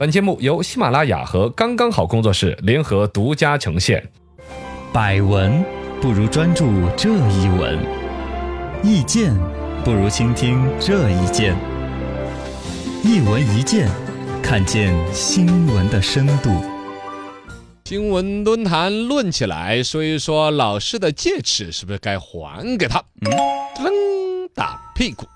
本节目由喜马拉雅和刚刚好工作室联合独家呈现。百闻不如专注这一闻，意见不如倾听这一见。一闻一见，看见新闻的深度。新闻论坛论起来，说一说老式的戒尺是不是该还给他？噔，打屁股。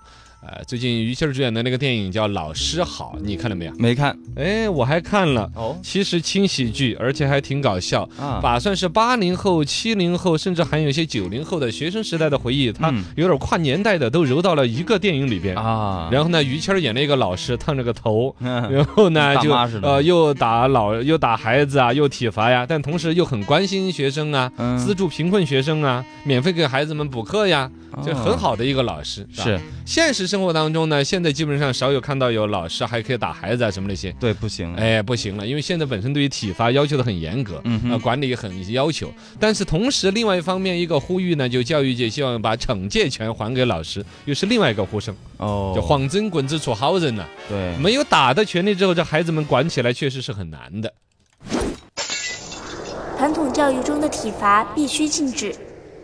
呃，最近于谦儿主演的那个电影叫《老师好》，你看了没有？没看哎，我还看了。哦其实轻喜剧，而且还挺搞笑，啊把算是八零后、七零后，甚至还有一些九零后的学生时代的回忆，他嗯有点跨年代的都揉到了一个电影里边。啊然后呢，于谦儿演了一个老师，烫着个头， 嗯然后呢大就妈似的呃又打老又打孩子啊，又体罚呀，但同时又很关心学生啊，嗯资助贫困学生啊，免费给孩子们补课呀，就很好的一个老师。吧哦是现实生活当中呢，现在基本上少有看到有老师还可以打孩子啊什么那些。对不行，哎，不行了，因为现在本身对于体罚要求的很严格，嗯哼呃，管理也很要求。但是同时，另外一方面，一个呼吁呢，就教育界希望把惩戒权还给老师，又是另外一个呼声，哦就谎称滚子处好人呐、啊对没有打的权利之后，这孩子们管起来确实是很难的。传统教育中的体罚必须禁止。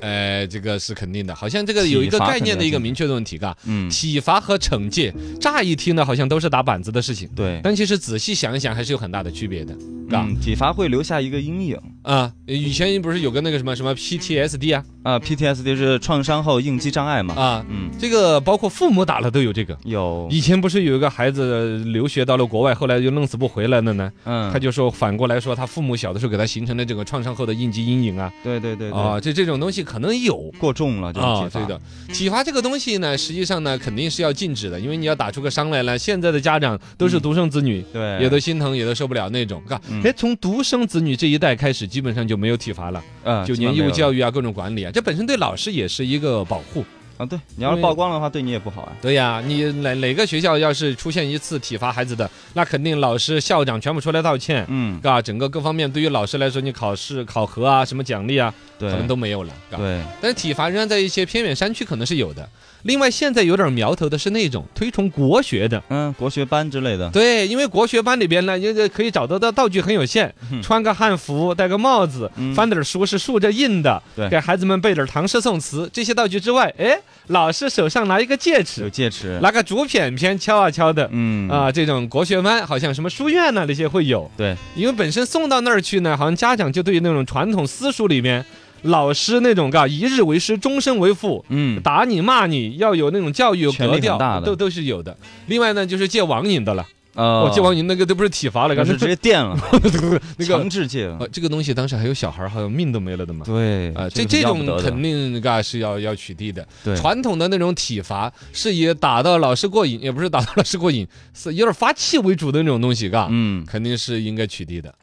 呃，这个是肯定的，好像这个有一个体罚概肯定念的一是个明确的问题，嘎，嗯体罚和惩戒，乍一听呢，好像都是打板子的事情，对，但其实仔细想一想，还是有很大的区别的，嘎。嗯体罚会留下一个阴影啊，以前不是有个那个什么什么 PTSD 啊啊，PTSD 是创伤后应激障碍嘛，啊，嗯哦这个包括父母打了都有这个。有以前不是有一个孩子留学到了国外，后来就弄死不回来了呢？嗯他就说反过来说，他父母小的时候给他形成的这个创伤后的应激阴影啊对对对对啊，这这种东西可能有。过重了这种啊体，罚对的，体罚这个东西呢，实际上呢，肯定是要禁止的，因为你要打出个伤来呢，现在的家长都是独生子女，嗯对也都心疼，也都受不了那种，嘎嗯。哎，从独生子女这一代开始，基本上就没有体罚了。嗯九基本年义没务有教育啊，各种管理啊，这本身对老师也是一个保护。啊，对你要因为是曝光了的话，对你也不好啊。对呀，你哪哪个学校要是出现一次体罚孩子的，那肯定老师、校长全部出来道歉，嗯，嘎，整个各方面对于老师来说，你考试、考核啊，什么奖励啊，对可能都没有了，嘎。对，但是体罚仍然在一些偏远山区可能是有的。另外，现在有点苗头的是那种推崇国学的。嗯，国学班之类的，对，因为国学班里边呢，因为可以找得到道具很有限，嗯穿个汉服，戴个帽子，嗯翻点书是竖着印的，对给孩子们背点唐诗宋词这些道具之外，哎，老师手上拿一个戒有尺，戒尺，拿个竹片片敲啊敲的。嗯啊、，这种国学班好像什么书院呐、那些会有，对，因为本身送到那儿去呢，好像家长就对于那种传统私塾里面老师那种嘎啊一日为师，终身为父，嗯，打你骂你要有那种教育有权力格很调大，的都都是有的。另外呢，就是戒网瘾的了，呃，哦，戒网瘾那个都不是体罚了，那刚才是直接电了， 那个强制戒了呃，，这个东西当时还有小孩儿还有命都没了的嘛。嗯对，啊，这个是这要不种得的肯定嘎是要要取缔的。对传统的那种体罚是以打到老师过瘾，也不是打到老师过瘾，是有点发气为主的那种东西，嘎，嗯，肯定是应该取缔的。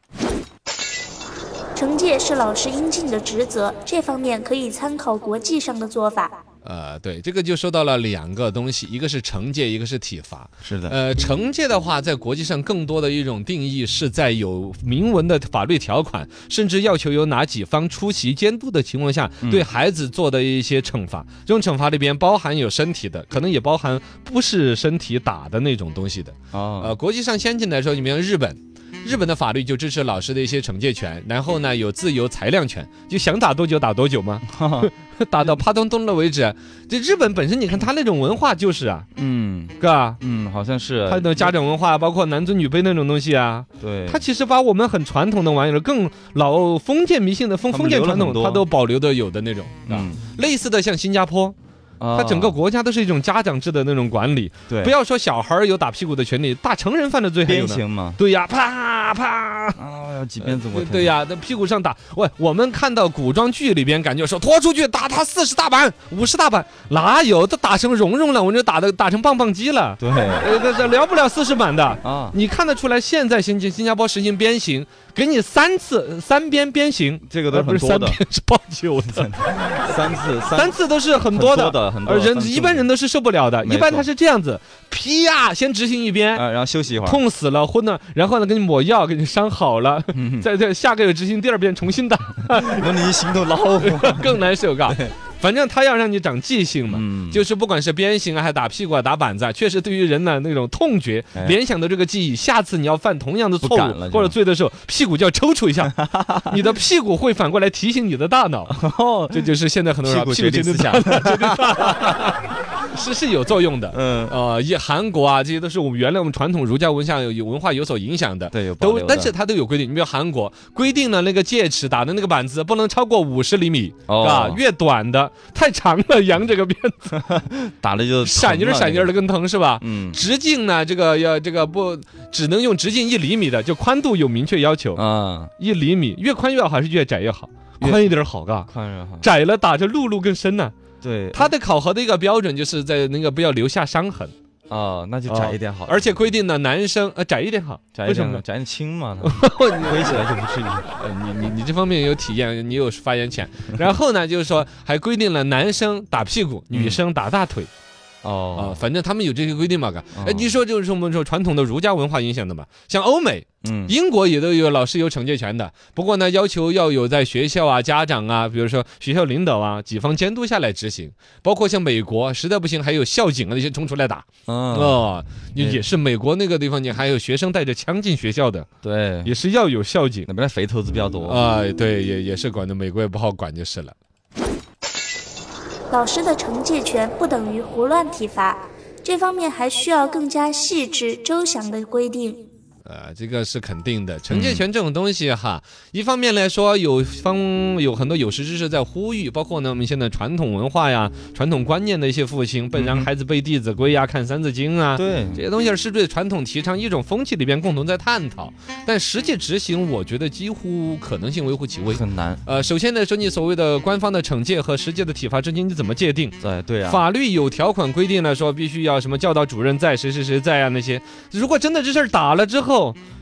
惩戒是老师应尽的职责，这方面可以参考国际上的做法。呃，对，这个就说到了两个东西，一个是惩戒，一个是体罚。是的，呃，惩戒的话，在国际上更多的一种定义是在有明文的法律条款，甚至要求由哪几方出席监督的情况下，对孩子做的一些惩罚。这种惩罚里边包含有身体的，可能也包含不是身体打的那种东西的。哦，嗯呃，国际上先进来说，你比如日本。日本的法律就支持老师的一些惩戒权，然后呢有自由裁量权，就想打多久打多久吗？打到啪咚咚了为止。啊这日本本身你看他那种文化就是啊，嗯哥啊，嗯，好像是他的家长文化，包括男尊女卑那种东西啊，对，他其实把我们很传统的玩意儿，更老封建迷信的封他们封建留了传统很，多他都保留的有的那种。啊，嗯，哦类似的像新加坡，他它整个国家都是一种家长制的那种管理，对不要说小孩儿有打屁股的权利，大成人犯的罪还有啊鞭呢。刑嘛，对呀，啪啪。啊，要几鞭子我对呃天对，呀，那屁股上打喂，我们看到古装剧里边，感觉说拖出去打他四十大板、五十大板，哪有都打成蓉蓉了，我这打的打成棒棒鸡了，对呃，这这聊不了四十板的，啊，你看得出来，现在新新加坡实行鞭刑，给你三次三鞭鞭刑，这个都呃不很是多三的鞭，是报九的，三次三三次都是很很多多的，的很多而的人三次一般人都是受不了的，没一般错他是这样子，劈呀，先执行一鞭。啊，然后休息一会儿，痛死了，昏了，然后呢，给你抹药，给你伤好了，嗯 再再下个月执行第二遍，重新打，那你心头老火，更难受，嘎。反正他要让你长记性嘛， 嗯就是不管是鞭刑啊，还是打屁股啊、打板子啊，确实对于人呢那种痛觉、哎联想的这个记忆，下次你要犯同样的错不敢了误就或者罪的时候，屁股就要抽搐一 下，你的屁股会反过来提醒你的大脑，哦，这就是现在很多人啊屁股屁股决决定定思大想脑，决定大脑是是有作用的，嗯，呃，也韩国啊，这些都是我们原来我们传统儒家文化有有文化有所影响的。对有保都留，的但是它都有规定。你比如韩国规定了那个戒尺打的那个板子不能超过五十厘米，哦是吧？越短的太长了，扬这个鞭子，打了就闪疼就是了闪就是的，更疼是吧？嗯直径呢，这个要这个不只能用直径一厘米的，就宽度有明确要求，啊，一厘米越宽越好还是越窄越好？越宽一点好，嘎。宽容哈，窄了打着路路更深呢、对，它的考核的一个标准就是在那个不要留下伤痕。哦，那就哦窄一点好，而且规定呢，男生呃窄一点好，窄为一什么呢点，？窄啊一点轻 嘛，它挥起来就不至于， 呃你你你这方面有体验，你有发言权。然后呢，就是说还规定了男生打屁股，女生打大腿啊、嗯哦，反正他们有这些规定嘛。嘎，哎哦，你说就是我们说传统的儒家文化影响的嘛，像欧美、嗯，英国也都有老师有惩戒权的，不过呢，要求要有在学校啊、家长啊，比如说学校领导啊，几方监督下来执行。包括像美国，实在不行还有校警啊那些冲出来打嗯，哦，你对也是美国那个地方，你还有学生带着枪进学校的，对，也是要有校警。那边的肥头子比较多，啊、对，也也是管的，美国也不好管就是了。老师的惩戒权不等于胡乱体罚，这方面还需要更加细致周详的规定。呃，这个是肯定的。惩戒权这种东西哈，一方面来说，有方有很多有识之士在呼吁，包括呢我们现在传统文化呀、传统观念的一些复兴，背让孩子背《弟子规》呀、看《三字经》啊，对，这些东西是对传统提倡一种风气里边共同在探讨，但实际执行，我觉得几乎可能性微乎其微。很难，呃，首先来说，你所谓的官方的惩戒和实际的体罚之间，你怎么界定？对对啊，法律有条款规定了，说必须要什么教导主任在，谁谁谁在啊那些。如果真的这事儿打了之后，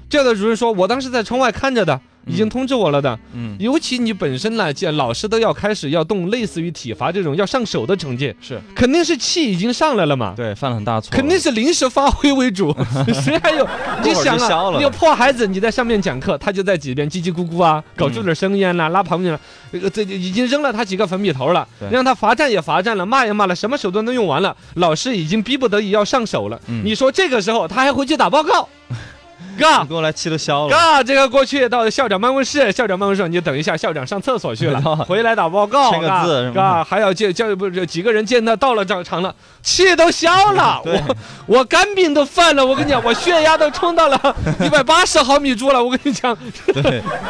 教导主任说，我当时在窗外看着的，已经通知我了的。嗯，尤其你本身呢，这老师都要开始要动类似于体罚这种要上手的惩戒，是肯定是气已经上来了嘛。对，犯了很大错，肯定是临时发挥为 主，谁还有？你过会儿就想消啊，了你有破孩子，你在上面讲课，他就在几边叽叽咕咕啊，搞出点声音啦、拉旁边了，呃这已经扔了他几个粉笔头了对，让他罚站也罚站了，骂也骂了，什么手段都用完了，老师已经逼不得已要上手了。嗯你说这个时候他还回去打报 告，你嘎。过来气都消了，嘎，这个过去到校长办公室，校长办公室，你等一下，校长上厕所去 了，回来打报告，签个嘎字什么的嘎，还要见教育部这几个人见到到了长长了，气都消了， 对我我肝病都犯了，我跟你讲，我血压都冲到了 一百八十毫米柱了，我跟你讲，对，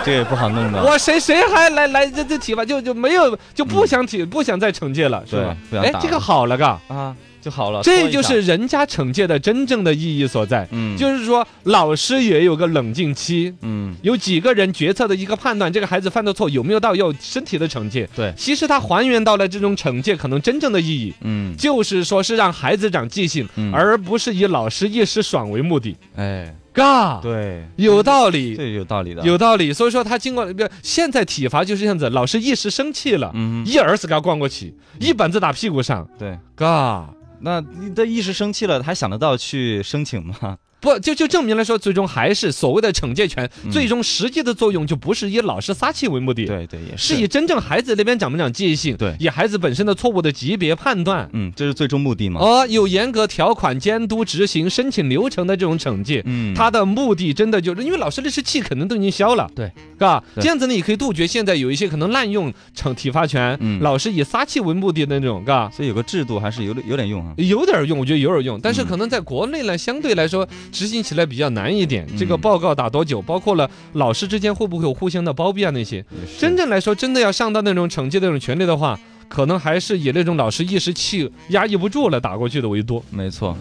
这个也不好弄的，我谁谁还来来这这体罚，就就没有就不想体不想再惩戒了，是吧？嗯对不想哎打，了这个好了嘎，啊就好了，这搓一就下是人家惩戒的真正的意义所在，嗯就是说老师也有个冷静期。嗯有几个人决策的一个判断，这个孩子犯的错有没有到要身体的惩戒？对其实他还原到了这种惩戒可能真正的意义，嗯，就是说是让孩子长记性，嗯而不是以老师一时爽为目的。哎，嘎，对，有道理，这有道理的，有道理。所以说他经过，不现在体罚就是这样子，老师一时生气了，嗯，一耳屎给他灌过去，一板子打屁股上，对，嘎。那你的一时生气了，还想得到去申请吗？不，就就证明来说，最终还是所谓的惩戒权，嗯最终实际的作用就不是以老师撒气为目的，对对，也是以真正孩子那边长不长记性，对以孩子本身的错误的级别判断。嗯，这是最终目的嘛？哦，有严格条款监督执行申请流程的这种惩戒，嗯，他的目的真的就是因为老师那时气可能都已经消了，对，吧？对这样子呢，也可以杜绝现在有一些可能滥用惩体罚权，嗯老师以撒气为目的的那种，嘎。所以有个制度还是有点有点用啊。有点用，我觉得有点用，但是嗯可能在国内呢，相对来说执行起来比较难一点。这个嗯报告打多久，包括了老师之间会不会有互相的包庇啊那些，也是真正来说，真的要上到那种惩戒的那种权利的话，可能还是以那种老师一时气压抑不住了打过去的为多。没错，